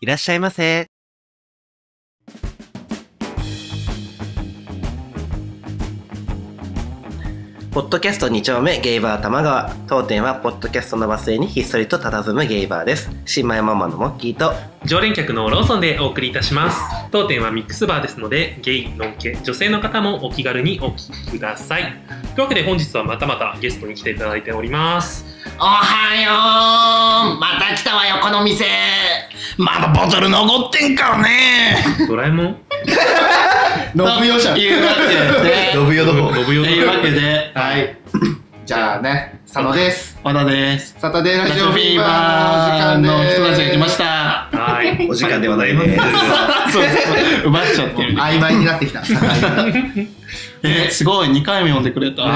いらっしゃいませ。ポッドキャスト2丁目ゲイバー玉川当店はポッドキャストのバス停にひっそりと佇むゲイバーです新米ママのモッキーと常連客のローソンでお送りいたします当店はミックスバーですのでゲイノンケ女性の方もお気軽にお聞きくださいというわけで本日はまたまたゲストに来ていただいておりますおはようまた来たわよこの店まだボトル残ってんからねドラえもんノブヨじゃんというわ けノブヨの方信代でというわけではいじゃあね佐野です和田ですサタデーララジジオオフフィィーーバーバーのの時間です人たちが来ましたはいお時間でございますそうそう奪っちゃってるね曖昧になってきた酒井がえーすごい2回目呼んでくれたね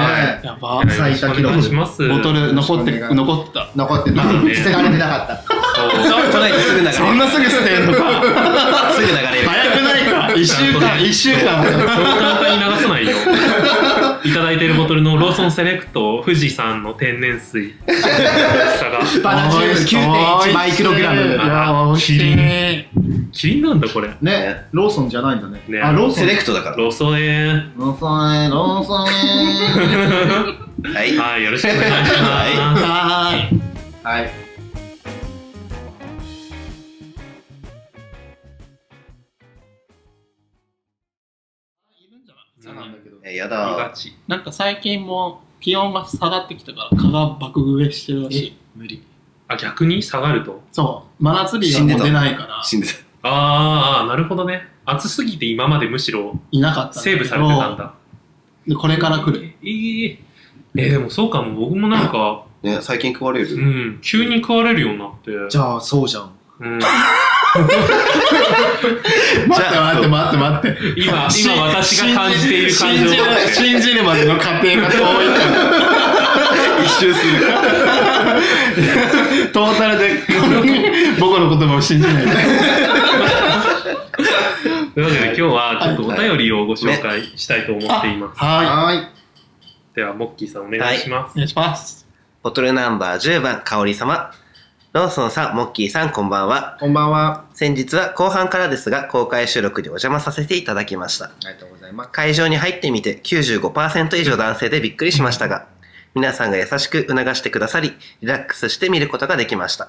やばい最多記お録願いしますボトル残っおて願い残ってた残ってた捨てられてなかっそう都内ですぐ流れそんなすぐ捨てんのかすぐ流れる早くないか1週間1週間そう簡単に流さないよいただいているボトルのローソンセレクト富士山の天然水さがたバナジウム9.1マイクログラいムや美味しいねキリンなんだこれねローソンじゃないんだねねあローソセンレクトだかローソンへローソンへローソンへらはいはいよろしくお願いしますはーいはいそうなんだけどえやだ言いがちなんか最近も気温が下がってきたから蚊が爆食えしてるらしい無理あ逆に下がるとそう真夏日がもう出ないから死んでたあーあーなるほどね暑すぎて今までむしろいなかったんだけセどーブされてたんだでこれから来るえーえーでもそうかも僕もなんか、ね最近食われうるん、急に食われるようになってじゃあそうじゃんうん、待って待って待って待って 今今私が感じている感情信じる信じるまでの過程が遠いから一周するトータルで僕の言葉を信じないというわけで今日はちょっとお便りをご紹介したいと思っています、はいはーいではモッキーさんお願いします、お願いしますボトルナンバー10番かおり様ローソンさんモッキーさんこんばんはこんばんは先日は後半からですが公開収録にお邪魔させていただきましたありがとうございます会場に入ってみて95%以上男性でびっくりしましたが、皆さんが優しく促してくださり、リラックスして見ることができました。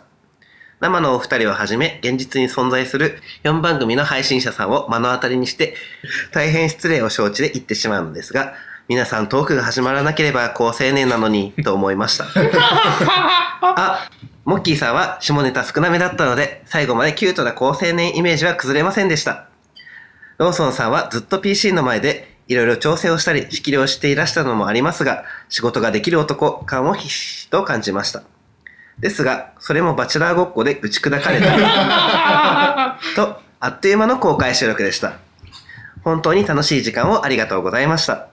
生のお二人をはじめ、現実に存在する4番組の配信者さんを目の当たりにして、大変失礼を承知で言ってしまうのですが、皆さんトークが始まらなければ好青年なのに、と思いました。あ、モッキーさんは下ネタ少なめだったので、最後までキュートな好青年イメージは崩れませんでした。ローソンさんはずっと PC の前でいろいろ調整をしたり、仕切りをしていらしたのもありますが、仕事ができる男感をひしひしと感じました。ですが、それもバチェラーごっこで打ち砕かれた。と、あっという間の公開収録でした。本当に楽しい時間をありがとうございました。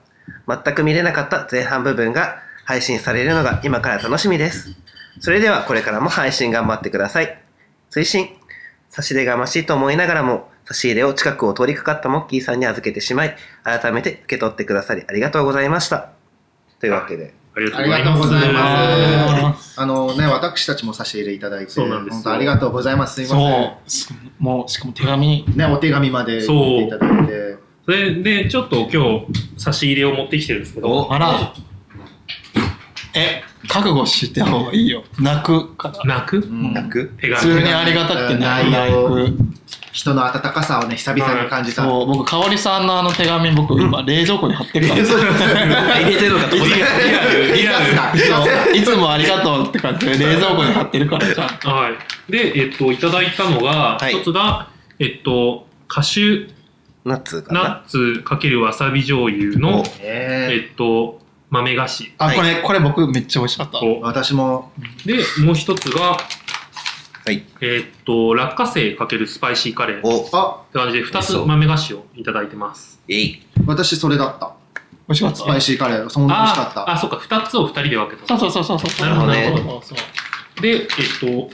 全く見れなかった前半部分が配信されるのが今から楽しみです。それではこれからも配信頑張ってください。推進。差し出がましいと思いながらも、差し入れを近くを通りかかったモッキーさんに預けてしまい、改めて受け取ってくださりありがとうございました。というわけで。ありありがとうございます。あのね、私たちも差し入れいただいて、そうなんですよ本当ありがとうございます。すいまそうすもうしかも手紙せん。ね、お手紙まで入れていただいて、それでちょっと今日差し入れを持ってきてるんですけどあらえ覚悟してた方がいいよ泣くから泣くうん泣く手普紙通にありがたくて泣く泣泣くく人の温かさをね、久々に感じた。そう僕かおりさんのあの手紙僕今冷蔵庫に貼ってるからそうです入れてるのかと思っリアルリアルそういつもありがとうって感じで冷蔵庫に貼ってるからちゃんとはい。で、えっと、いただいたのが、はい一つが、えっと、カシュナッツかなナッツ×わさび醤油おの、ええっと、豆菓子あはいこれこれ僕めっちゃ美味しかったーと、私も、で、もう一つが、はい。えっと、落花生×スパイシーカレーってお、あ、感じで、二つそう豆菓子をいただいてます。えい。私それだった。美味しかっスパイたシーカレー、そんな美味しかあっあ、そっか、二つを二人で分けた。そうそうそうそうそうなるほどねそうそうそうで、えっ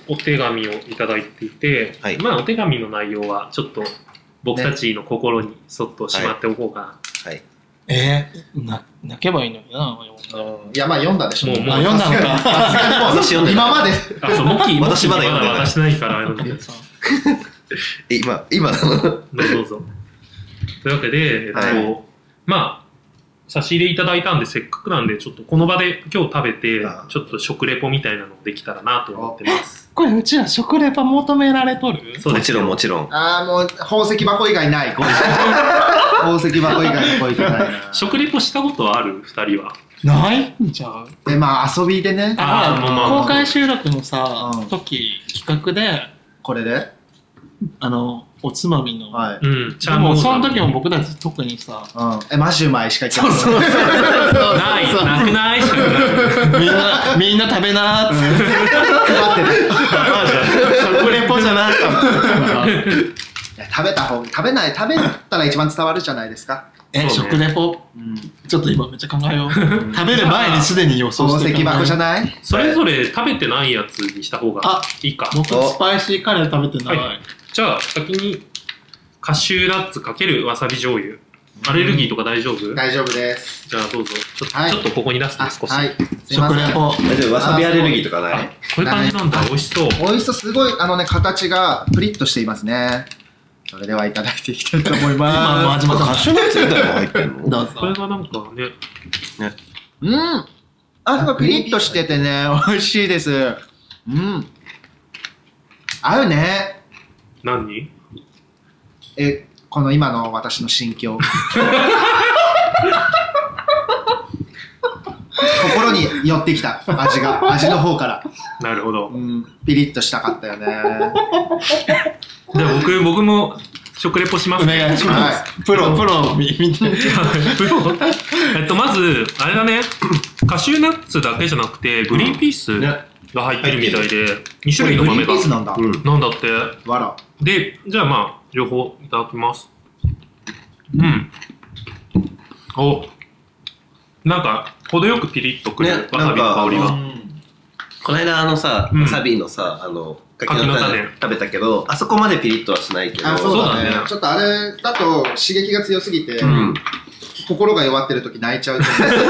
と、お手紙をいただいていて、はいまあ、お手紙の内容は、ちょっと、僕たちの心にそっとしまっておこうかな。はい。えー、な泣けばいいのにな読んだらた。いや、まあ読んだでしょ。もうもあ読んだのかさすがにもう私読んでない今まで、あ、そう、モッキー、モッキ 私ーまだ読んでないまだ渡してないから、あれなんだけどそうえ今、今なのどう ぞどうぞ。というわけで、えっと、はいまあ、差し入れいただいたんで、せっかくなんで、ちょっとこの場で今日食べてあ、ちょっと食レポみたいなのできたらなと思ってます。これうちら食レポ求められとるそうもですちよろんもちろん。ああ、もう宝石箱以外ない、これ。宝石箱以外のポイントないな。食レポしたことはある二人は。ないんちゃうで、まあ遊びでね、あーまあまあまあ公開収録のさ、うん時企画でこれで。あのおつまみの、はい。うん、でもその時もも僕たち特にさうん。え、マシュマイしか聞かなない。い、 なくないしかない。みんなみんな食べなーっつって配ってる。食レポじゃなかったいや食べた方が、食べない、食べたら一番伝わるじゃないですか。え、そうね食レポうん。ちょっと今めっちゃ考え よう食べる前にすでに予想宝して石箱じゃないそれぞれ食べてないやつにした方があいいか。僕スパイシーカレー食べてない、はいじゃあ、先に、カシューナッツかけるわさび醤油。アレルギーとか大丈夫じゃ大丈夫です。あ、どうぞ。ちょっとはいちょっとここに出してあ、少し。はい。すいま食せレん。ポ大丈夫わさびアレルギーとかないこういう感じなんだ。美味しそう。美味しそう、すごい、あのね、形がプリッとしていますね。それではいただいていきたいと思今いもうま始まったューナッツみたいなの入ってるのどうこれぞがなんかね、す。うん。あ、すごいピリッとしててね、美味しいです。うん。合うね。何え、この今の私の心 境。心に寄ってきた味が味の方から、なるほどう。ん、ピリッとしたかったよねはじゃあ僕、僕も食レポしまおすね。願いします、プロプロみみんな えっと、まず、あれだね、カシューナッツだけじゃなくて、グリーンピースねが入ってるみたいで、2種類の豆ピがー。スなんだ、うん。なんだって。わらで、じゃあまあ、両方いただきます。うん。おなんか、程よくピリッとくる、ねわさびの香りうが。この間あのさ、うんわさびのさ、あの、柿の柿種の種食べたけど、あそこまでピリッとはしないけど、あそうだそねうだねちょっとあれだと刺激が強すぎて、うん、心が弱ってる時泣いちゃうと思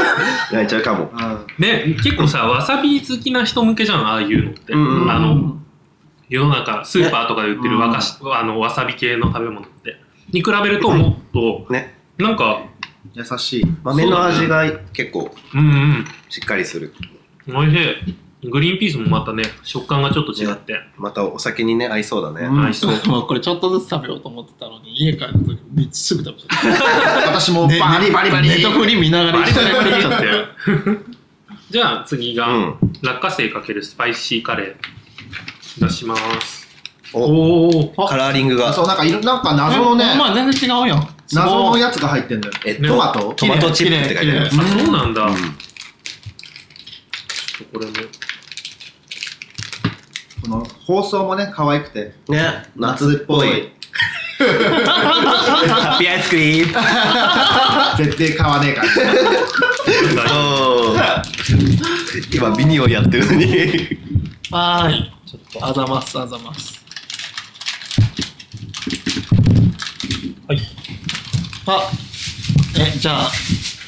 泣いちゃうかも。 う、ね、結構さ、わさび好きな人向けじゃん、ああいうのって。うんうんあの、世の中、スーパーとかで売ってるわかし、あの、わさび系の食べ物って。に比べると、もっと、ね、なんか、うん、優しい豆の味が結構うんしっかりする。うん、おいしい。グリーンピースもまたね、食感がちょっと違って。またお酒にね、合いそうだね。うん合いそう。もうこれちょっとずつ食べようと思ってたのに家帰る時めっちゃすぐ食べちゃっ私もたバリバリバリ、ネットフリ見ながらバリ一緒バにリバリ食べちゃだっってて。 じゃあ次うが、ん。落花生かけるスパイシーカレー出します。お、おお。カラーリングが。そうなんかいろなんか謎のねまあ全然違うやん謎のやつが入ってんだよえっねと、トマトトマトチップって書いてあるあ、。そうなんだ。うちょっとこれも。この包装もね可愛くてんね、夏っぽい。ハッピーアイスクリーム絶対買わねえからそう今、ビニをやってるのに。はーいちょっとあざますあざますはいあえじゃあ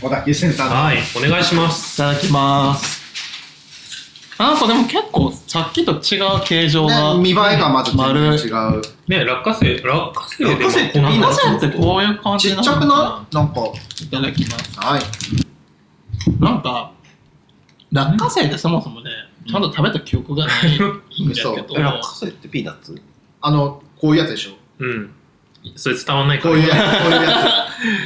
小田急線さんのはい、お願いします。いただきますなんかでも結構さっきと違う形状が、ね、見栄えがまず全然違うね、落花生、落花生で落花生ってまあこんピーナッななツぜってこういう感ちじっなのちゃくないなんかいただきますはいなんか落花生ってそもそもねちゃんと食べた記憶がないんだけど嘘え落花生ってピーナッツあのこういうやつでしょうん。それ伝わんないかこら。ういうやつこういうやい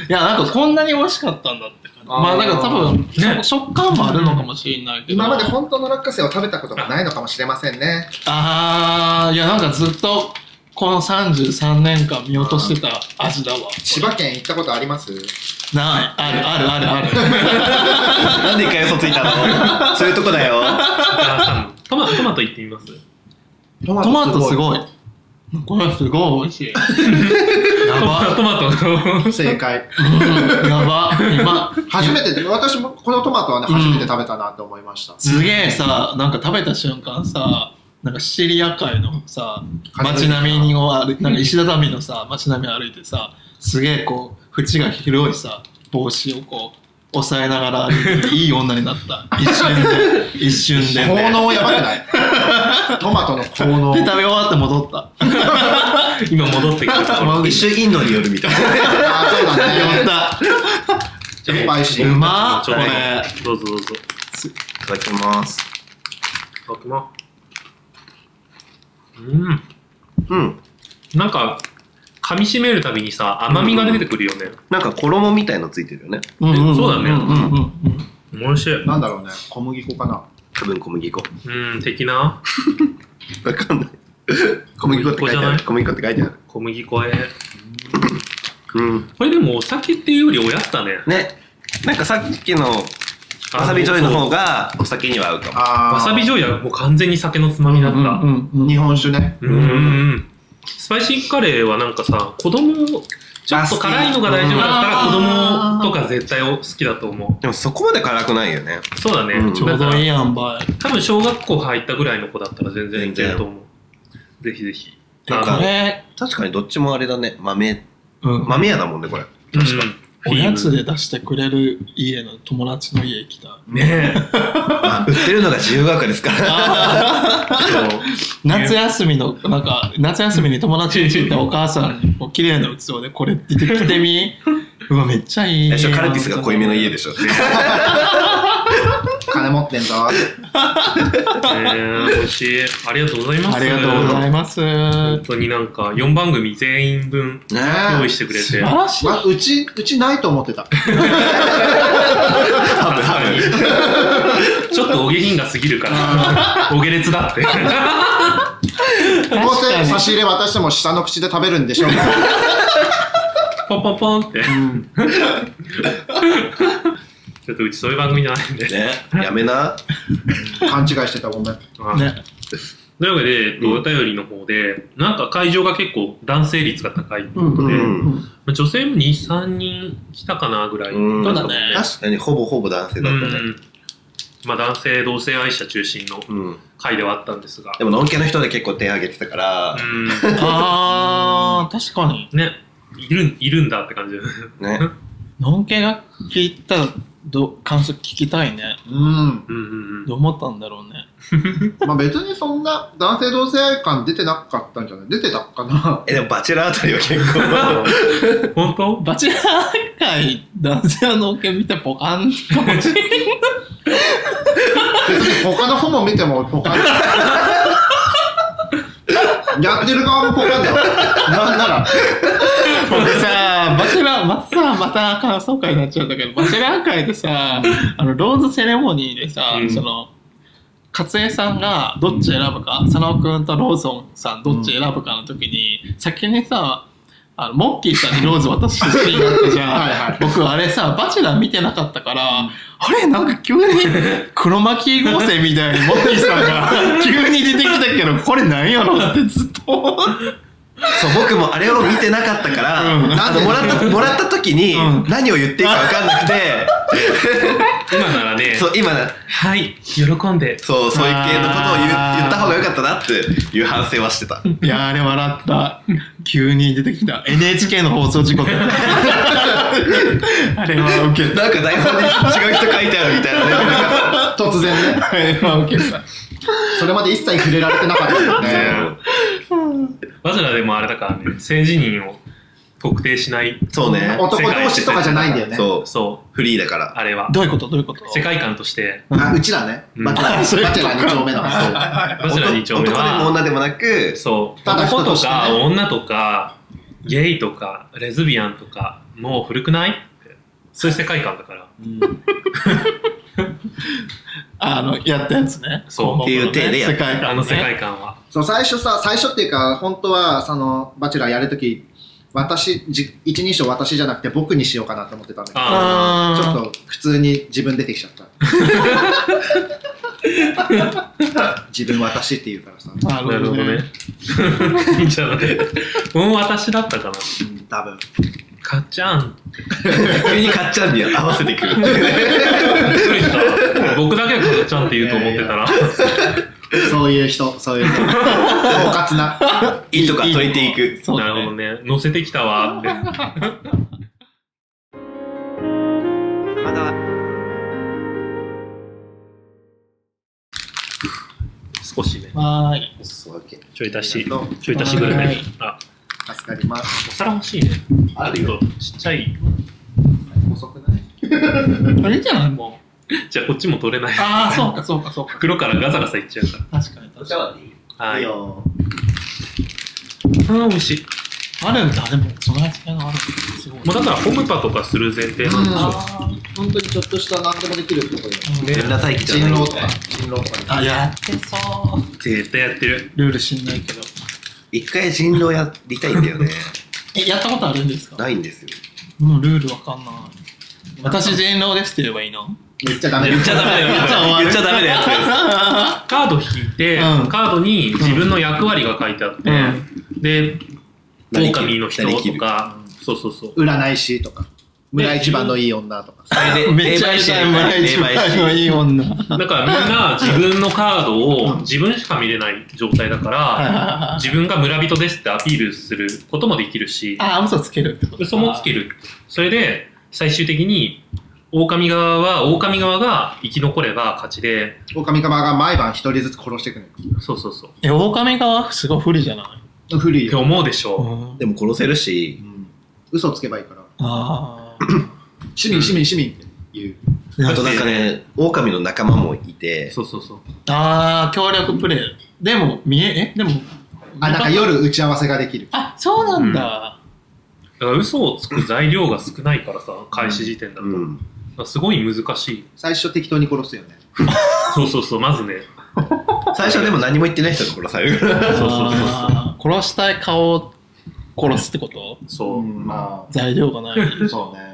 やなんかこんなに美味しかったんだって感じあーまあなんか多分、ねそ食感もあるのかもしれないけつど今まで本当の落花生を食べたことがないのかもしれませんねああいやなんかずっとこの33年間見落としてた味だわ千葉県行ったことありますないあるあるあるなあるんで一回嘘ついたのそういうとこだよ。あさんトマト、トマトいってみます。トトマトすごいこれすごい美味しいやばトマト、トマト。正解うんやば今初めて私もこのトマトはね初めて食べたなって思いました、すげえさなんか食べた瞬間さなんかシチリア海のさ街並みを歩いなんか石畳のさ街並み歩いてさすげえこう縁が広いさ帽子をこう押さえながら歩いていい女になった一瞬で一瞬で、効能やばくないトマトの効能で食べ終わって戻った今戻ってくるところ。一瞬インドによるみたいな。あそうだ やっね。たじゃあスパイシうー。まっこちょっとれどうぞどうぞ。いただきます。いただきます。うん。うん。なんか、噛み締めるたびにさ、甘みが出てくるよね。なんか衣みたいのついてるよね。うんんんそうだねんうんうん美味しい。うなんだろうね。小麦粉かな。多分小麦粉。ん、的なわかんない。小麦粉って書いてある。小麦粉って書いてある。小麦粉へ。うん。これでもお酒っていうよりおやつだね。ね。なんかさっきのわさび醤油の方がお酒には合うかも。あーわさび醤油はもう完全に酒のつまみになった。うんうんうん日本酒ね。うんうんうんスパイシーカレーはなんかさ子供ちょっと辛いのが大丈夫だったらあ子供好ときか絶対好きだと思でもそこまで辛くないよね。うそうだね、うんちょうどいいいやんばい多分小学校入ったぐらいの子だったら全然いけると思うぜひぜひえこあのれ確かにどっちもあれだね。豆。うん豆屋だもんね、これ。うん確かにおやつで出してくれる家の友達の家行きたい ねえまあ売ってるのが自由が丘ですから。夏休みの、なんか、夏休みに友達に行ったお母さんに、こう綺麗な器でこれ出てきて み。うわ、めっちゃいい。最初カルピスが濃いめの家でししょ。金持ってんぞ。ねえ美味しいありがとうございますありがとうございます。本素当になんか4番組全員分ね用意え。してくれて晴らしい。わうち、うちないと思ってた。確かにちょっとお下品が過ぎるからお下劣だってどう確かせに差し入れ渡しても下の口で食べるんでしょうね。ポンポンポンってうん。ちょっとうちそういう番組じゃないんで。ねやめな。勘違いしてた、ごめん。はいね。というわけで、えっとうんお便りの方で、なんか会場が結構男性率が高いっていうことで、うんまあ女性も2、3人来たかなぐらい。うんそうだね確かにほぼほぼ男性うだったね。ん。まあ男性、同性愛者中心のうん。会ではあったんですが。でも、のんけの人で結構手挙げてたから、うあー、確かに。ん。ね。いるん、いるんだって感じだね。ね。のんけが聞いたど感想聞きたいね。うん。うんうんうん。どう思ったんだろうね。まあ別にそんな男性同性感出てなかったんじゃない出てたかなえ、でも、バチェラーあたりは結構。 本当バチェラー界、男性はのんけ見てポカンかもしれない。別に他の本も見ても他の。やってる側も他だよ。なんなら。でさ、バチェラー、またさ、また感想会になっちゃうんだけど、バチェラー会でさ、あの、ローズセレモニーでさ、うんその、勝江さんがどっち選ぶか、佐野くんとローソンさんどっち選ぶかの時に、先にさ、あの、モッキーさんにローズ渡すシーンがあったじゃん。はいはい僕、あれさ、バチェラー見てなかったから、あれなんか急に黒巻き合成みたいにモッキーさんが急に出てきたけど、これ何やろってずっと思ってそう、僕もあれを見てなかったから、うんあの、もらった、もらった時にう、ん何を言っていいかわかんなくて、今ならね、そう、今な、はい、喜んで。そう、そういう系のことを言う言あーった方がよかったなっていう反省はしてた。いやーあれ笑った急に出てきた NHK の放送事故だあれはウケたなんか台本に違う人書いてあるみたいなねなんか。突然ね。あれはウケたそれまで一切触れられてなかった よね。 バチェラーでもあれだからね、性自認を特定しない。そうね。男同士とかじゃないんだよね。そう、そフリーだかう、ら。あれは。どういうことどういうこと世界観として、あうちらね。うんバチェラあ そうーいうこバとチェラー2バ丁目の。そうチェラー2丁目男でもは、女でもなく、そう、ただ人男ととしてねか女とか、ゲイとか、レズビアンとか、もう古くないってそういう世界観だから。あのやったやつねそう項目のねっていう体でやった世界観ねあの世界観は。そう最初さ最初っていうか本当はそのバチェラーやるとき私じ一人称私じゃなくて僕にしようかなと思ってたんだけどあちあょっと普通に自分出てきち ゃった自分私って言うからさ、ーななるほどね。いいんじゃないもう私だったかな。うん、多分かっちゃん。急に買っちゃうんだよ。合わせてくる。びっくりした。僕だけがかっちゃんって言うと思ってたら。そういう人そういう人狡猾ない いとか取りていく。そうなだるねほどね。乗せてきたわって。まだ少しね。はーいお裾分け。ちょい足し。ありがとちょい足しグルメ。あ、なります。お皿欲しいね。あるよ。ちっちゃい。細くないあれじゃないもう。じゃあこっちも取れない。ああ、そうか、そうか、そうか。袋からガサガサいっちゃうか確かに、確かに。いいら。はい。あよ。ー、美味しい。あるんだ、でも、その扱いがあるんだ。すごい。もうだから、ホムパとかする前提なんでしょう。あ本当にちょっとした何でもできるところよ。ーね全裸待機じゃ人ない狼みとたいかな。人狼とかあ、やってそう。絶対やってる。ルール知んないけど。一回人狼やりたいんだよね。え、やったことあるんですかないんですよ。もうルールわかんない。私人狼ですって言えばいいの言っちゃダメ。言っちゃダメだよ。言っちゃダメだよ。カード引いて、うんカードに自分の役割が書いてあって、 で、狼の人とか、そうそうそう。占い師とか、村一番のいい女とか。それで、めっちゃ霊媒師痛い、村一霊媒番の師いい女。はいだからみんな自分のカードを自分しか見れない状態だから、はいはい自分が村人ですってアピールすることもできるし、あ、嘘つけるってこと嘘もつける。それで、最終的に、狼側は、狼側が生き残れば勝ちで、狼側が毎晩一人ずつ殺していくのよそうそうそう。え、狼側すごい不利じゃない古いってよ。思うでしょでも殺せるしう、ん嘘つけばいいから。あ市民、市民、市民って言う。ーあとなんかね、狼の仲間もいて、そうそうそう。あー、協力プレイ。でも、見え、え、でも。あ、なんか夜打ち合わせができる。あ、そうなんだ。だから嘘をつく材料が少ないからさ、開始時点だと。うん。だからすごい難しい。最初適当に殺すよね。そうそうそう、まずね。最初でも何も言ってない人が殺されるから。そうそうそうそう。あー殺したい顔を殺すってことそう、ま材料がない。あ、そうね。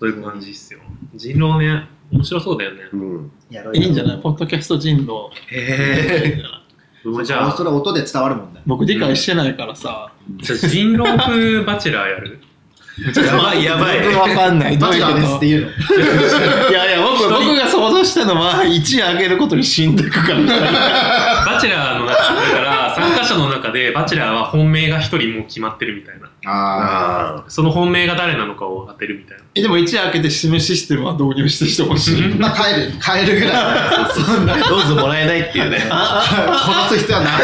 そういう感じっすよ。人狼ね、面白そうだよね。うん。やろういいんじゃないポッドキャスト人狼。へえ。う わじじゃゃああ、、それ音で伝わるもんね。僕理解してないからさ。じゃあ人狼風バチェラーや るやばいやばい。僕わかんない。どバういチうェこラーですっとて言うの。いやいや、僕、僕が想像したのは、1位上げることに死んでいく から。バチェラーの中だから、参加者の中でバチェラーは本命が一人もう決まってるみたいな。ああその本命が誰なのかを当てるみたいな。えでも1位開けて示システムは導入してしてほしい。まあ、帰る、帰るぐらい。そんな、あ。ローズもらえないっていうね。殺す必要はない。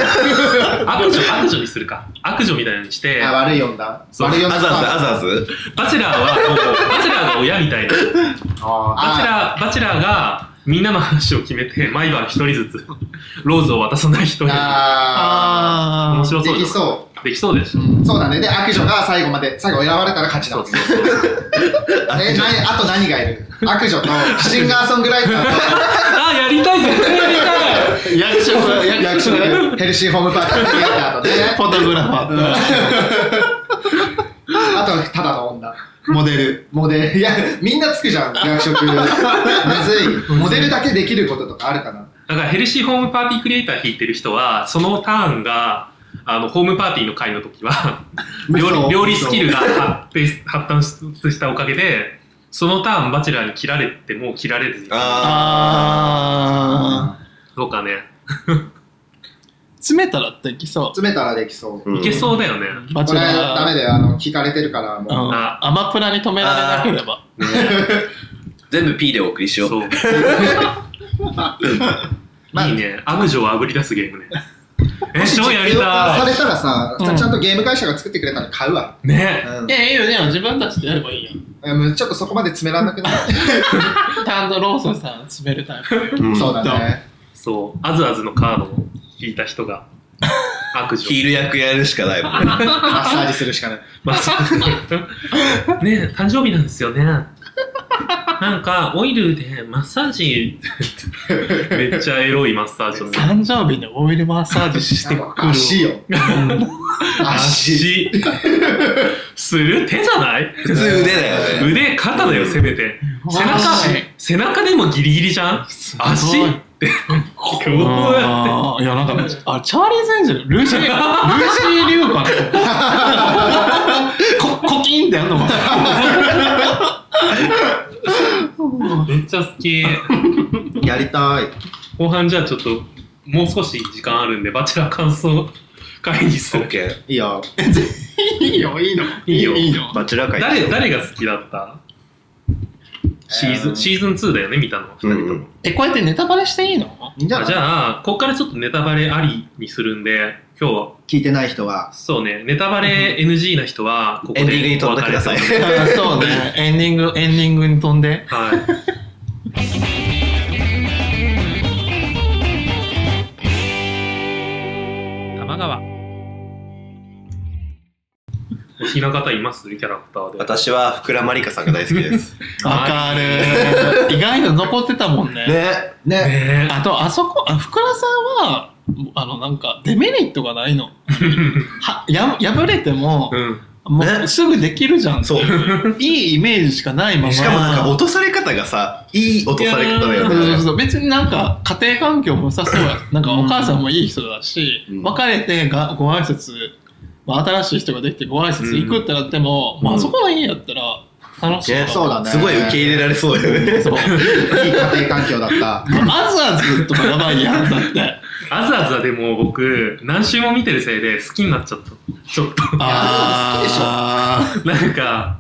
悪女、悪女にするか。悪女みたいにして、あバ悪い女。そうあ悪いざ女。あざずチェラーは もう、バチェラーが親みたいな。バチェあラー、バチェラーがみんなの話を決めて、毎晩一人ずつ、ローズを渡さない人ーに。ああ面ー白ー。そでうじゃきんそできそうでしょ。う。そうだね。で、悪女が最後まで、最後選ばれたら勝ちだそうもんそね。うそう。 え、なあと何がい る悪女と、シンガーソングライターあ、と、やりたい絶対やりたい役職、役役所職ね。でヘルシーホームパーティークリエイター とね。フォトグラファー。あとはただの女。モデル。モデル。いや、みんなつくじゃん、役職。むずい。モデルだけできることとかあるかな。だからヘルシーホームパーティークリエイター弾いてる人は、そのターンが、あの、ホームパーティーの会の 時は、料嘘理、料理スキルが発展発達したおかげで、そのターンバチェラーに切られても切られずに。ああー。そうかね。詰めたらできそう。詰めたらできそう。あ。いけそうだよね。バこチェれラーダメだよ、あの、聞かれてるから、うもう。ん。アマプラに止められなければ。全部 P でお送りしよ。そう う。いいね。悪女を炙り出すゲームね。 え、超やり実用化さたれたらさ、うんちゃんとゲーム会社が作ってくれたら買うわ。い。ね。いや、いいよ、いいよ。自分たちでやればいいよ。うんもうちょっとそこまで詰めらんなくなる。ちゃんとローソンさん詰めるタイプ。うんそうだね。そう。あずあずのカードを引いた人が、悪女。ヒール役やるしか ないもんね。マッサージするしかない。まあそうねえ誕生日なんですよね。なんか、オイルでマッサージ、めっちゃエロいマッサージをね。誕生日にオイルマッサージしてくる。足よ。足。足。する手じゃない普通腕だよね。腕、肩だよ、せめて。背中足、背中でもギリギリじゃんす足ごいって。こうやって。あーいや、なんか、あ、チャーリーズ・エンジェル、ルーシー、ルーシー・リュウかな。こ、コキンってやんのかなめっちゃ好き。やりたい。後半じゃあちょっと、もう少し時間あるんで、バチェラー感想会議すオるッ。ケー。いいよ。いいよ、いいの。いいよいいの。バチェラー会。誰、誰が好きだったシーズン、うんシーズン2だよね、見たの、二人とも。うんえ、こうやってネタバレしていいのいいんじゃあないじゃあ、こっからちょっとネタバレありにするんで、今日、聞いてない人は。そうね、ネタバレ NG な人は、ここでエンディングに飛んでくださいお別れするあそうね。エンディング、エンディングに飛んで。はい。玉川。お好きな方いますキャラクターで。私は福良まりかさんが大好きです。わかる。意外と残ってたもんね。ね。ね。ねあと、あそこ、あ、福田さんは、あの、なんか、デメリットがないの。 は、や、破れてもえ。う、ん。もねうすぐできるじゃん。そう。いいイメージしかないまま。しかもなんか落とされ方がさ、いい落とされ方だよそうそうね。そう別になんか家庭環境もさそうやなんかお母さんもいい人だし、うん別れてがご挨拶、まあ、新しい人ができてご挨拶行くってなっても、うんまあそこの家やったら楽しい、ねそうだね。すごい受け入れられそうだよね。そういい家庭環境だった。まあアズアズとかやばいやんだってあずあずはでも僕、何週も見てるせいで好きになっちゃった。ちょっと。ああなんか、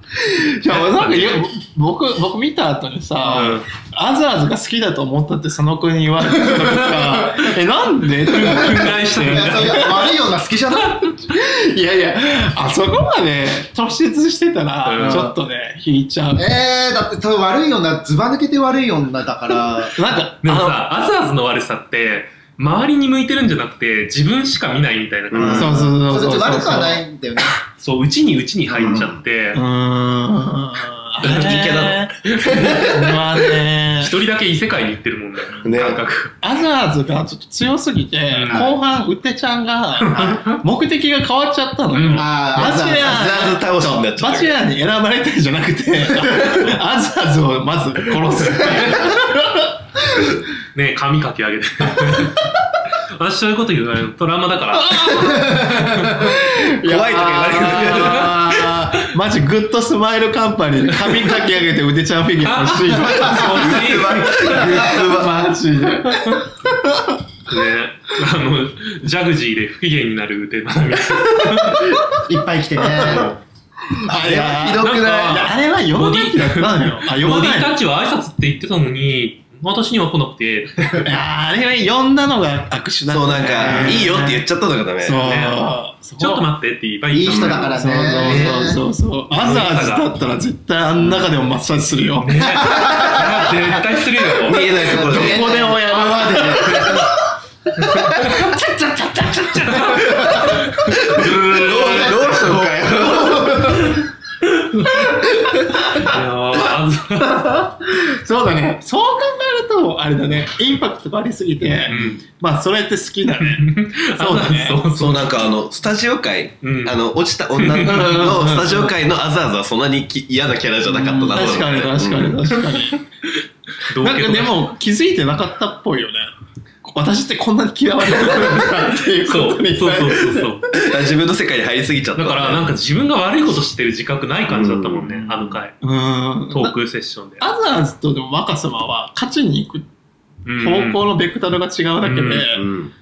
いやなんかよ僕僕見た後にさ、うんアズアズが好きだと思ったってその子に言われた時さえなんでって憤慨しいて やそういや悪いような好きじゃない。いやいや、あそこまで突出してたうら、んちょっとね、引いちゃう。なんえー、だって、悪い女、ずば抜けて悪い女だから、か、でもあさ、アザーズの悪さって、周りに向いてるんじゃなくて、自分しか見ないみたいなのうん感じ。そうそうそそうそれう。。悪くはないいんだよね。そう、うちにうちに入っちゃってうー、ん。あれ人気キャラまあね一、人だけ異世界に行ってるもんね、ね感覚。アザーズがちょっと強すぎて、うん後半、ウテちゃ んが、目的が変わっちゃったのうんよ。あマー、ジでアズアズ倒しになっちゃっバたチェラーに選ばれてるじゃなく て、アザーズをまず殺すっていう。ね、髪かき上げて。 私そういうこと言うのトラウマだから。怖いとか言われるあーマジグッドスマイルカンパニーで髪かき上げて腕ちゃんフィギュ ア欲しいのマジでね、あの、ジャグジーで不機嫌になる腕並み。いっぱい来てね。あれはひどくなんなかいあれは呼ばなきゃなのよあ呼ボばデなィいタッチは挨拶って言ってたのに、私には来なくて、あれは呼んだのが握手だそう、なんか、いいよって言っちゃったのがダメ。そうねそうちょっと待ってって言えばいいいい人だからそうね。そうそうそうアザーズだったら絶対あん中でもマッサージするよねあ絶対するよ。見えないところどで。こでもやるまで どうしたのかよ。いやーあずそうだねそう考えるとあれだねインパクトがありすぎて、うんまあそれって好きだね そうだねそうそうなんかあのスタジオ界、うんあの落ちた女の子のスタジオ界のあざあざはそんなにき嫌なキャラじゃなかったなと思って確かに確かに確かに、同なん居かでも気づいてなかったっぽいよね私ってこんなに嫌われてるんだっていうそうことそうにそうそうそううん自分の世界に入りすぎちゃっただからなんか自分が悪いことしてる自覚ない感じだったもんね、うんあの回うトーーんクセッションで、アザーズとでも若様は勝ちに行くうん方向のベクタルが違うだけで、うんうん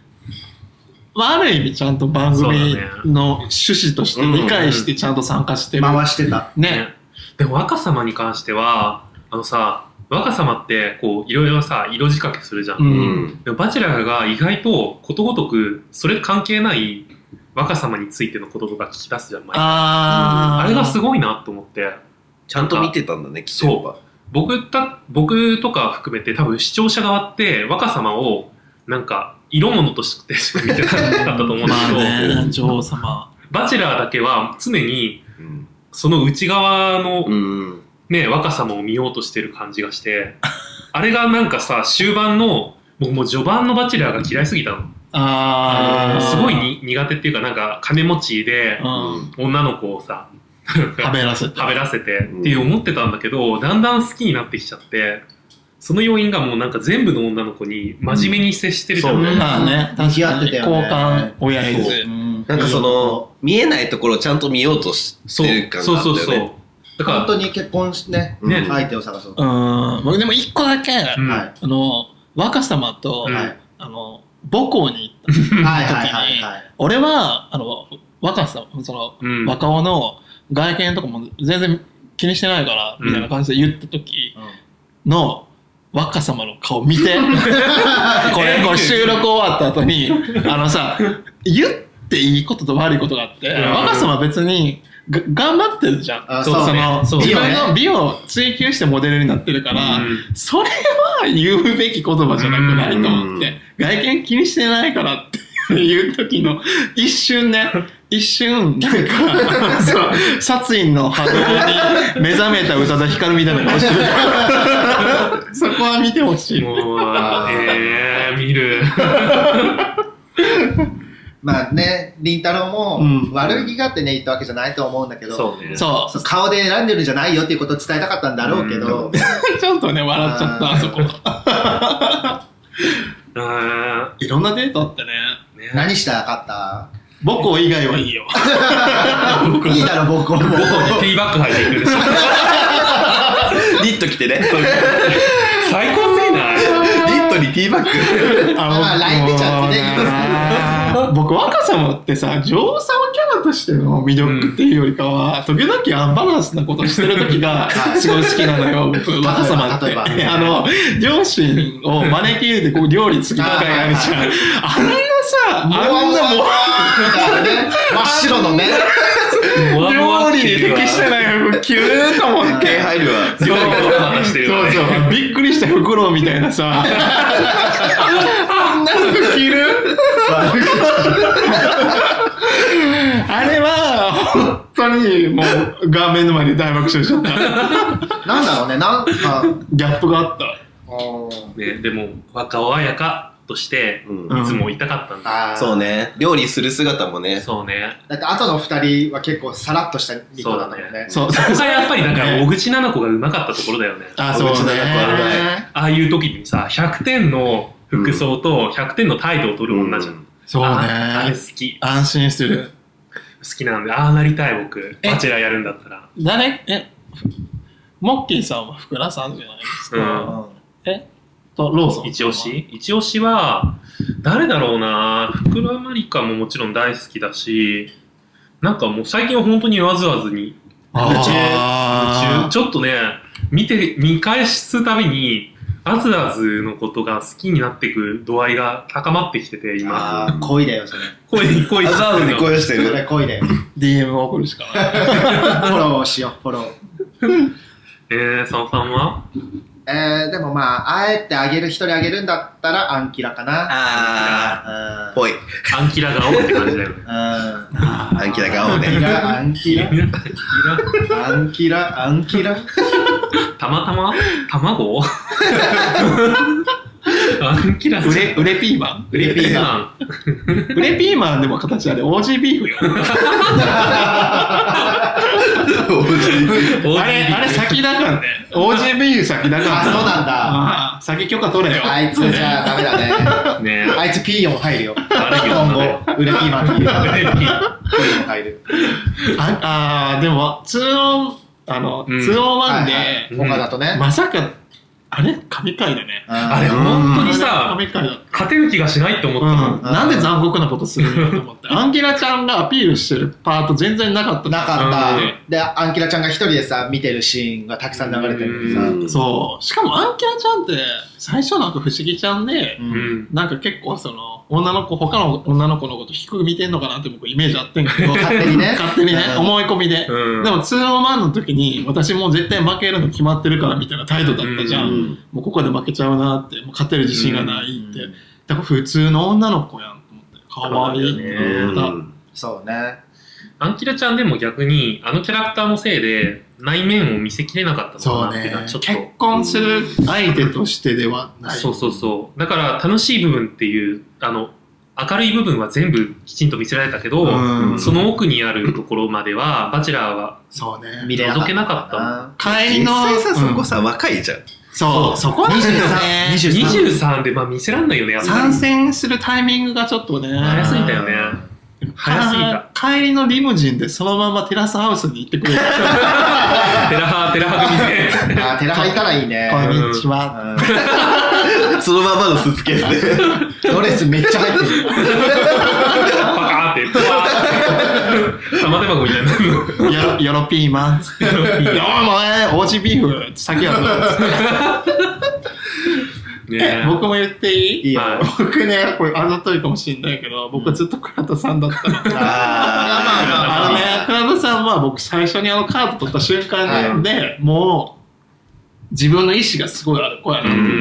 まあ、ある意味ちゃんと番組の趣旨として理解してちゃんと参加してる、回してた。ねでも若様に関してはあのさ若様ってこういろいろさ色仕掛けするじゃん、ううんんでもバチェラーが意外とことごとくそれ関係ない若様についてのこととか聞き出すじゃん毎回ああーれがすごいなと思ってちゃんと見てたんだねきっとやっぱ僕た僕とか含めて多分視聴者側って若様をなんか色物としてしか見てなかったと思うんだまあけど、ね女王様バチェラーだけは常にうんその内側のうんね、若さも見ようとしてる感じがして、あれがなんかさ、終盤の、僕もう序盤のバチェラーが嫌いすぎたの。あーすごいに苦手っていうか、なんか金持ちでう、ん女の子をさ、食べらせて 食べらせてうんっていう思ってたんだけど、だんだん好きになってきちゃって、その要因がもうなんか全部の女の子に真面目に接してるじゃん。うんそうまあね、向き確合かってにたよ交ね換親父で。なんかその見えないところをちゃんと見ようとしそうてる感そうがあったそようねそう。だ本か当に結婚してね、うんね相手を探そう。うん、僕でも一個だけ、ら、うん、はいあの、若様と、うんはいあの、母校に行った。はいはいはいはい。俺は、あの、若様、その、うん若尾の外見とかも全然気にしてないから、うんみたいな感じで言った時、うんの若様の 顔見てこれこれ収録終わった後にあのさ言っていいことと悪いことがあってうん若様別にが頑張ってるじゃんあそそうねのそうね自分の美を追求してモデルになってるから、うんそれは言うべき言葉じゃなくないと思って外見気にしてないからっていう時の一瞬ね一瞬なんか そう殺意の波動に目覚めた宇多田ヒカルみたいな顔してる そこは見てほしいもう、えー、見る。まあね、りんたろうーんも悪気があってね、言ったわけじゃないと思うんだけど、そうね。う。そそう顔で選んでるんじゃないよっていうことを伝えたかったんだろうけど、うちょっとね笑っちゃったあーあそこあいろんなデートあってねーね何したかっ母校以外はいいよたいいだろ、僕も。午後にティーバッグ履いてくるでしょ。ニット着てね。最高すぎないニットにティーバッグ。まあライン出ちゃってねね 僕若様ってさ女王様キャラとしての魅力っていうよりかは、時々アンバランスなことしてる時がすごい好きなのよ僕ば若様って例えばあの両親を招き入れてこう料理次の回あるじゃんあんなさあんなもうあね真っ白のね。もわもわ料っ理てにいうわ適してない服着ると思って気入るわ。料理がドタバタしてるわねそうそうびっくりしたフクロウみたいなさあんな服着るあれは本当にもう顔面の前で大爆笑しちゃったなんだろうね、なんか、ギャップがあったうんね、でも、若尾彩香として、うんいつもいたかったんだ。あーそうね。料理する姿もね。そうね。だって後の二人は結構さらっとしたニコだったもんね。そうそこがやっぱりだから、小口菜々子がうまかったところだよね。あそううちの学校あるねねああいう時にさ、100点の服装と100点の態度を取る女じゃん。そうああれね好き。安心する好きなんで、ああなりたい僕。えバチェラーやるんだったら。誰えモッキーさんは福田さんじゃないですうか、ん。えとローソン一押し一押しは、誰だろうな福田まりかももちろん大好きだし、なんかもう最近は本当に言わずわずに、あーちょっとね、見て、見返すたびに、あずあずのことが好きになっていく度合いが高まってきてて、今。あー恋だよ、それ。恋に恋あにざわざに声してそれる。恋だよ。フ DM を送るしかないォローしよう、フォロー。えー、佐野さんはえー、でもまあ、あえてあげる、一人あげるんだったらアンキラかな。あー、ぽい。アンキラ顔って感じだよね。あアンキラ顔アンキね。ラ、アンキラ、アンキラアンキラ、アンキラ。たまたま卵アンキラウレウレピーマンウレピーマン。ウレピーマンでも形あれ、オージービーフよ。あれ、あれ先だからね。オージービーフ先だから。あ、そうなんだ。ああ先許可取れよ。あいつじゃあダメだね。ねあいつピーヨン入るよ。悪いよ今後、ウレピーマンっていう。ウレピーピーヨン入る。ああーでも、2オン、あの、うん2オンワンで、はいうんはい岡田とね。まさか、あれ神回だね。あれ、うん本当にあさ、れ神回だった。勝てる気がしないと思っうたのん、。なんで残酷なことするんだと思ってアンギラちゃんがアピールしてるパート全然なかったなかった、うんでアンキラちゃんが一人でさ見てるシーンがたくさん流れてるのにさ、そうしかもアンギラちゃんって最初なんか不思議ちゃんで、ううんん。なんか結構その女の子他の女の子のこと低く見てんのかなって僕イメージあってんけど勝手にね勝手にねうん思い込みで、うんでも2オン1の時に私もう絶対負けるの決まってるからみたいな態度だったじゃん、うもうここで負けちゃうなってもう勝てる自信がないって、うんだから普通の女の子やんと思って可愛いって思った、そうねアンキラちゃんでも逆に、あのキャラクターのせいで、内面を見せきれなかったのそかなうっていうねのはちょっ結と。婚する相手としてではないそうそうそう。だから、楽しい部分っていう、あの、明るい部分は全部きちんと見せられたけど、うんその奥にあるところまでは、バチェラーは、そうね見れなかっ覗たけなかったな帰り実の際さ、そこうんさ、若いじゃん。そうそこなんだよね23 23でまあ見せらんないよね、やっぱ参り。戦するタイミングがちょっとね早すぎたよね。早すぎた。か帰りのリムジンでそのままテラスハウスに行ってくれる。テラハ、テラハ組で。あー寺入ったらいいねこんにちは。うそのままのスーツケースで。んドレスめっちゃ入ってるパカーって、パーって。たま玉手箱みたいな。ヨロヨロピーマンっつって「よーもえオージービーフ」って先やったねえ僕も言っていいいいよはい僕ねこれあざといかもしんないけど僕ずっと倉田さんだったのあのね、倉田さんは僕最初にあのカード取った瞬間で、もう自分の意志がすごいある子やなって思って。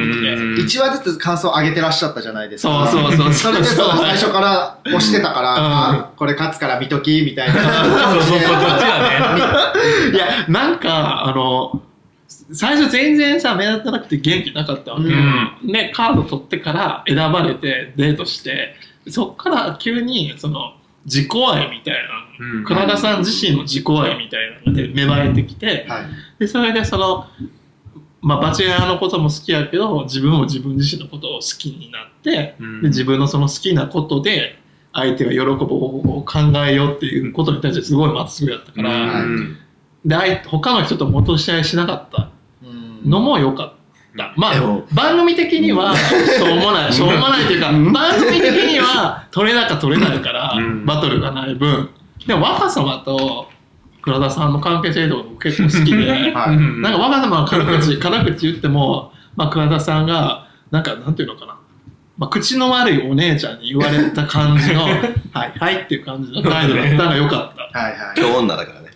1話ずつ感想上げてらっしゃったじゃないですそうか。そう そう。そそれでその最初ら。から押してたから、うんあこれ勝つから見ときみたいな。そうそうそう、こっちだね。いや、なんか、あの、最初全然さ、目立たなくて元気なかったわけ。うね、カード取ってから選ばれてデートして、そっから急に、その、自己愛みたいな、うん倉田さん自身の自己愛みたいなので芽生えてきて、はいでそれでその、まあ、バチェラーのことも好きやけど自分も自分自身のことを好きになって、うんで自分のその好きなことで相手が喜ぶ方法を考えようっていうことに対してすごいまっすぐやったかうら、んで相手他の人と元試合いしなかったうんのも良かった。まであも、番組的には、しょうもない、しょうもないというか、番組的には、取れなか取れないからうん、バトルがない分、でも若様と倉田さんの関係性とかも結構好きで、はいうんなんか若様は辛口、辛口言っても、まあ、倉田さんが、なんか、なんていうのかな。まあ、口の悪いお姉ちゃんに言われた感じの、はい、はいっていう感じの態度だったら良かった。はいはい。今日女だからね。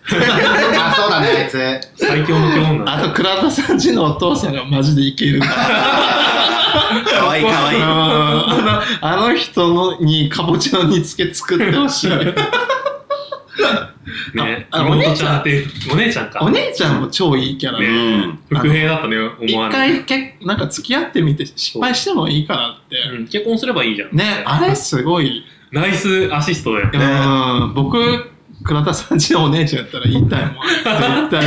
あ、そうだね、あいつ。最強の強女。あと、倉田さんちのお父さんがマジでいけるから。かわいいかわいい。あのあの人のにかぼちゃの煮付け作ってほしいね、ああ妹お姉ちゃんって、お姉ちゃんか。 お姉ちゃんも超いいキャラうでん。不平だったね、思わ一ない。回けなんか付き合ってみて失敗してもいいからって、うん結婚すればいいじゃん。ねあれすごい、ナイスアシストだよ。うん僕倉田さんちのお姉ちゃんやったら言いたいもん絶対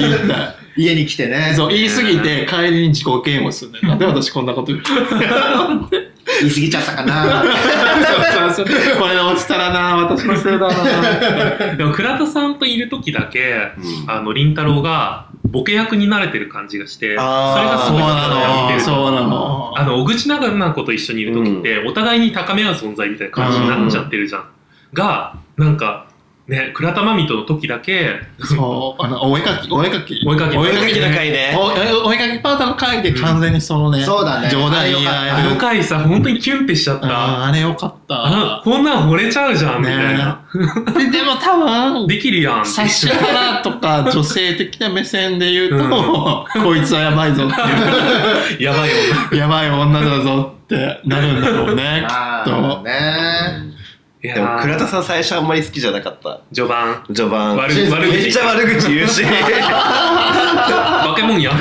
言いた 家に来てねい。そう言い過ぎて帰りに自己嫌悪するんだよなんで私こんな こと言って言い過ぎちゃったかな。これで落ちたらな私のせい だなでも倉田さんといる時だけ、うんあの、凛太郎がボケ役になれてる感じがして、それあーがすそうごいな見てのるそうなのあの、小口長々子と一緒にいる時って、お互いに高め合う存在みたいな感じになっちゃってるじゃん。が、なんか、ね、倉田真美との時だけ、そう、あの、お絵かき、お絵かき。お絵かきお絵追いかかきけね高いね。おお絵かきパートの回で完全にそのね、うんそうだね冗談言いあ合あいの回さ、本当にキュンってしちゃった。ああれよかっあた。こんなん惚れちゃうじゃん、みたいな。ねえ。ででも多分、できるやん。指原とか女性的な目線で言うと、うんこいつはやばいぞってやばい女。いう、やばい女だぞってなるんだろうね、あきっとー。ね。いやでもー倉田さん最初あんまり好きじゃなかった。序盤。序盤。悪口悪口めっちゃ悪口言う し。バケモンやん。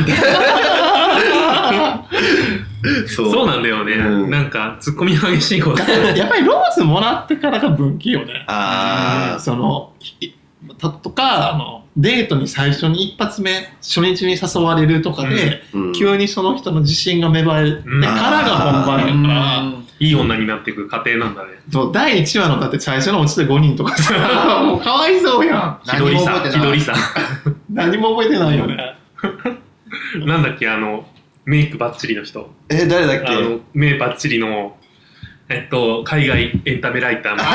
そそうなんだよね。うんなんか、ツッコミが激し い子だった。やっぱりローズもらってからが分岐よね。あそのひたとかあのデートに最初に一発目初日に誘われるとかで、ー。うん急にその人の自信が芽生えてかうんらが本番やから、いい女になっていく過程なんだね。そう第1話のだって最初の落ちて5人とかさ もうかわいそうやん気取りさ、気な取りい。さ。何も覚えてないよね なんだっけ、あの、メイクバッチリの人。え、誰だっあけの、目バッチリの、えっと、海外エンタメライターの、あ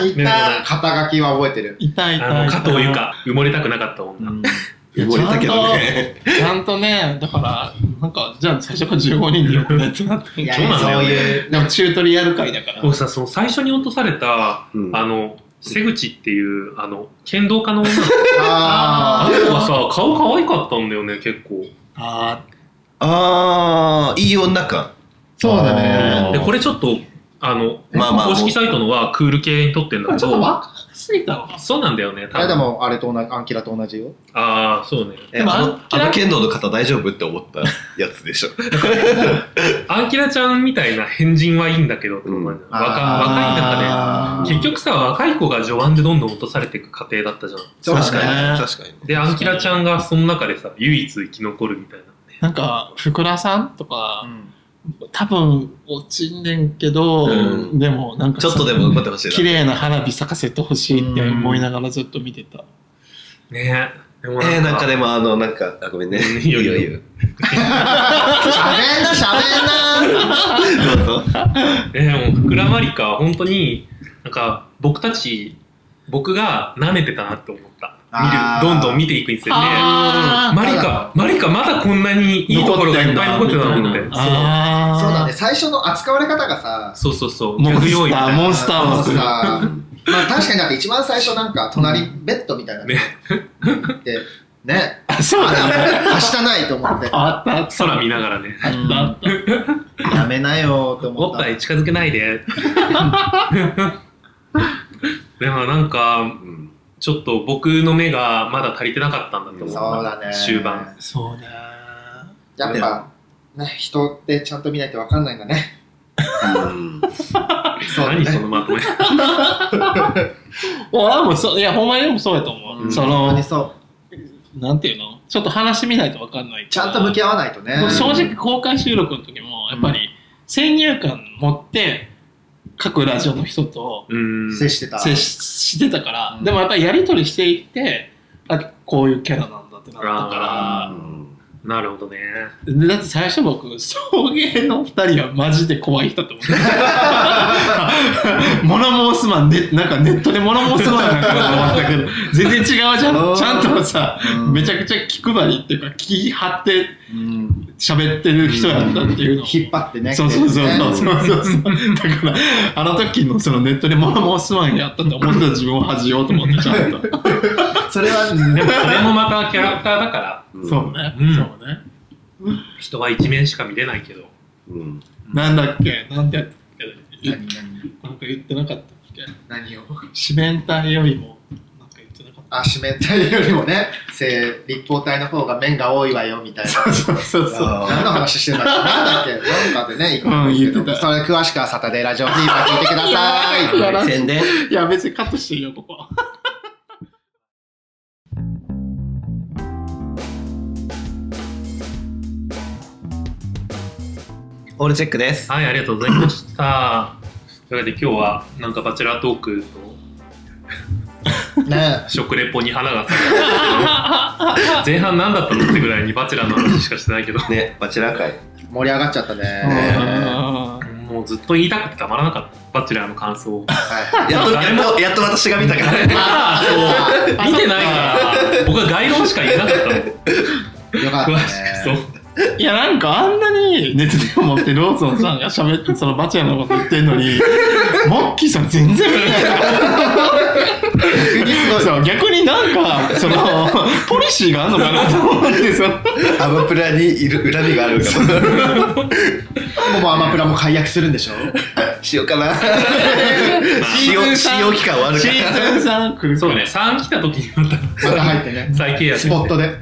あー、いねた。肩書きは覚えてる。痛い痛いの、加藤由香香、埋もれたくなかった女。動いたけどね。ちゃんとねだからなんかじゃあ最初から15人でよくねってなっていやそうなんだよねいう。でもチュートリアル会だからもうさ、その最初に落とされた、うんあの、瀬口っていう、あの、剣道家の女の子。あのあ子がさ、顔可愛かったんだよね、結構。あーあー、いい女か。そうだねあーで、これちょっと、あの、まあまあ公式サイトのはクール系に撮ってんだけちょっとど、若すぎたわそうなんだよね、あれでも、あれと同じ、アンキラと同じよ。ああ、そうね。えでもあのあのあの剣道の方大丈夫って思 ったやつでしょ。アンキラちゃんみたいな変人はいいんだけど、って思うよねん若あー若い中あーで。結局さ、若い子が序盤でどんどん落とされていく過程だったじゃん。そうだね確かに。確かに。で、アンキラちゃんがその中でさ、唯一生き残るみたいなね。なんか、福田さんとうか、ん多分落ちんねんけど、うんでもなんかちさ、ょっとでも頑張ってほしいな。綺麗な花火咲かせてほしいって思いながらずっと見てた。ねえ。でもえー、なんかでもあの、なんか、あごめんね。いいよいいよいいよ。喋んな、喋んな。どうぞ。えー、もう、福良マリカは本当に、なんか、僕たち僕が舐めてたなって思った。見るあー、どんどん見ていくにつれて、あーマリカ、マリカまだこんなにいいところがいっぱい残ってたのって。そうあーそうだね、最初の扱われ方がさ、そうそうそう。モン逆用ス意みタたーいな。モンスターあの枠さ、まあ確かになんか一番最初なんか隣ベッドみたいなのね、って、ね、あそうだねはしたないと思って、あったあった空見ながらね。あったやめなよとお思っっぱた。い近づけないで。でもなんか、うんちょっと僕の目がまだ足りてなかったんだと思う。そうだね。終盤。そうねやっぱ、ね、人ってちゃんと見ないとわかんないんだね。うんそうだ何そね。のまとめ。俺もそういやほんまにでもそうやと思う、うんそ本当のにそう。なんていうのちょっと話見ないとわかんないちゃんと向き合わないとね。もう正直公開収録の時もやっぱり先入観持って各ラジオの人とうん。接してた。接ししてたから、うんでもやっぱりやり取りしていってあこういうキャラなんだってなったうかんなるほどね。らでだって最初僕送迎の2人はマジで怖い人って思って た物申すマンでなんかネットで物申すマンなんかなと思ったけど全然違うじゃんそうちゃんとさうんめちゃくちゃ気配りっていうか気張ってうん喋ってる人やったっていうのを引っ張ってね。そうそうそうそうねそうそうそう。だから、あの時のそのネットで物申すまんやったって思ってた自分を恥じようと思ってちゃんと。それは、 でもそれもまたキャラクターだから、そうね。うんそうね。人は一面しか見れないけど。うんなんだっけなんてやったっけ何何なんか言ってなかったっけ何を 四面体よりも、なんか言ってなかっあ、四面体よりもね、正立方体の方が面が多いわよみたいな。た。そう そうそう。何の話してんだっけなんだっけなんかでね、言ってたんうん言っですてけど、それ詳しくはサタデーラジオフィーバー聞いてください。やら宣伝いや、別にカットしていいよ、ここ。オールチェックですはい、ありがとうございました。というわけで今日はなんかバチェラートークのね食レポに花が咲いた前半何だったのってぐらいにバチェラーの話しかしてないけどねバチェラー会盛り上がっちゃったね。はうもうずっと言いたくてたまらなかったバチェラーの感想をいやっとやっとやっと私が見たから あ見てないから僕は概論しか言えなかったのそうよかった詳ねしくそういや、なんかあんなに熱量持ってローソンさんが喋って、そのバチェラーのこと言ってんのに、モッキーさん全然見ない。逆にすごい。そう逆になんかその ポリシーがあるのかなと思ってそのアマプラにいる恨みがあるからももアマプラも解約するんでしょしようかな 使シー用ズンさん使用期間はあるシかーズンさん来るそうね3来た時にまたまた入ってね。再契約スポットで。ね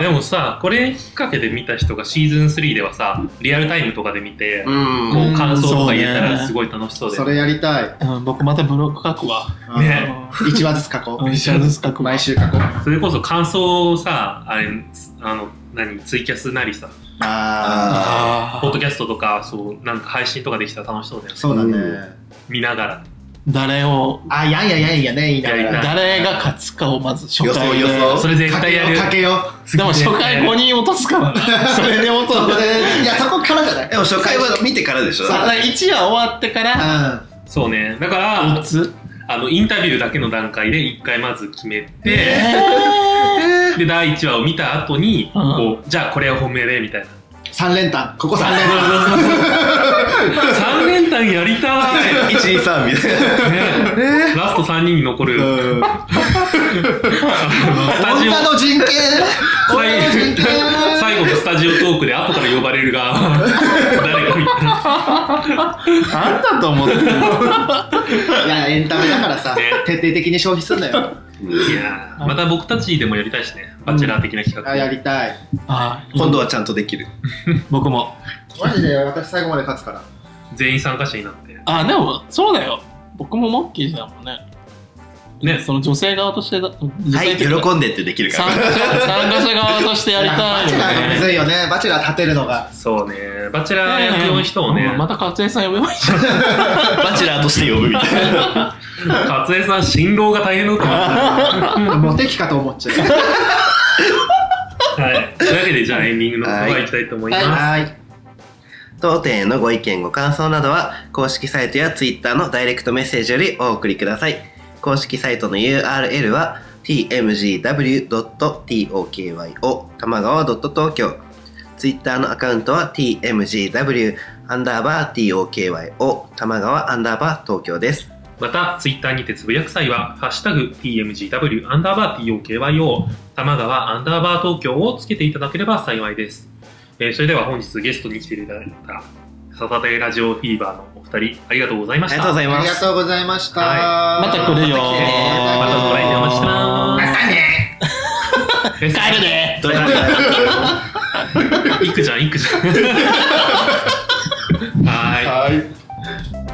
でもさこれきっかけで見た人がシーズン3ではさリアルタイムとかで見て、らうんこう感想とか言えたうらんそうねすごい楽しそうで、それやりたい。うん僕またブロック書くわね1話ずつ書こうん一緒です書う。くわ毎週書こう。それこそ感想をさあれあの何ツイキャスなりさああポッドーキャストとかそうなんか配信とかできたら楽しそうだよあ、ねそうだうね。見ながら誰をあ、やんややんやね、言いながやりたいら。誰が勝つかをまず初回で予想予想それ絶か対けよやるう、かけよう。でも初回5人落とすか らなそれで落とそすこで、いや、そこからじゃない。でも初回は見てからでしょだから1話終わってからう。そうねだか4らつあのインタビューだけの段階で一回まず決めて、で第1話を見た後に、うんこうじゃあこれを褒めれみたい なん三連単。ここ三連3連単やりたい、ね123みたいなラスト3人に残る、単。スタジオ女の人権女の人権最後のスタジオトークで後から呼ばれるが誰かみたいなあんたと思ってるいや、エンタメだからさ、徹底的に消費すんのよ。いやーまた僕たちでもやりたいしねバチェラー的な企画、あ、やりたい。あー今度はちゃんとできる僕もマジで私最後まで勝つから。全員参加者になってあでもそうだよ僕もモッキーだもんねねその女性側としてだ女はい性喜的なんでってできるか参ら加者参加者側としてやりたいよバチェラーがむね。ずいよね。バチェラー立てる のが。そうねバチェラー役の人をね、また勝江さん呼べばいいじゃん。バチェラーとして呼ぶみたいな勝江さん新郎が大変だと思ったモテ期かと思っちゃう。はい。というわけで、じゃあエンディングの方がいきたいと思います。はい。当店へのご意見ご感想などは公式サイトや Twitter のダイレクトメッセージよりお送りください公式サイトの URL は tmgw.tokyo 玉川 .tokyo Twitter のアカウントは tmgw アンダーバー tokyo 玉川アンダーバー東京ですまた、ツイッターにてつぶやく際は、ハッシュタグ TMGW アンダーバー TOKYO 玉川アンダーバー東京をつけていただければ幸いです。えーそれでは本日ゲストに来ていただいた、サタデーラジオフィーバーのお二人、ありがとうございまあしりた。がとうございあまりがすとうございました。また来るよまた来てねまたご来店お待ちしてままたね。す。え帰るでどうもありがとうございます 行くじゃん、行くじゃん。はーい。はい。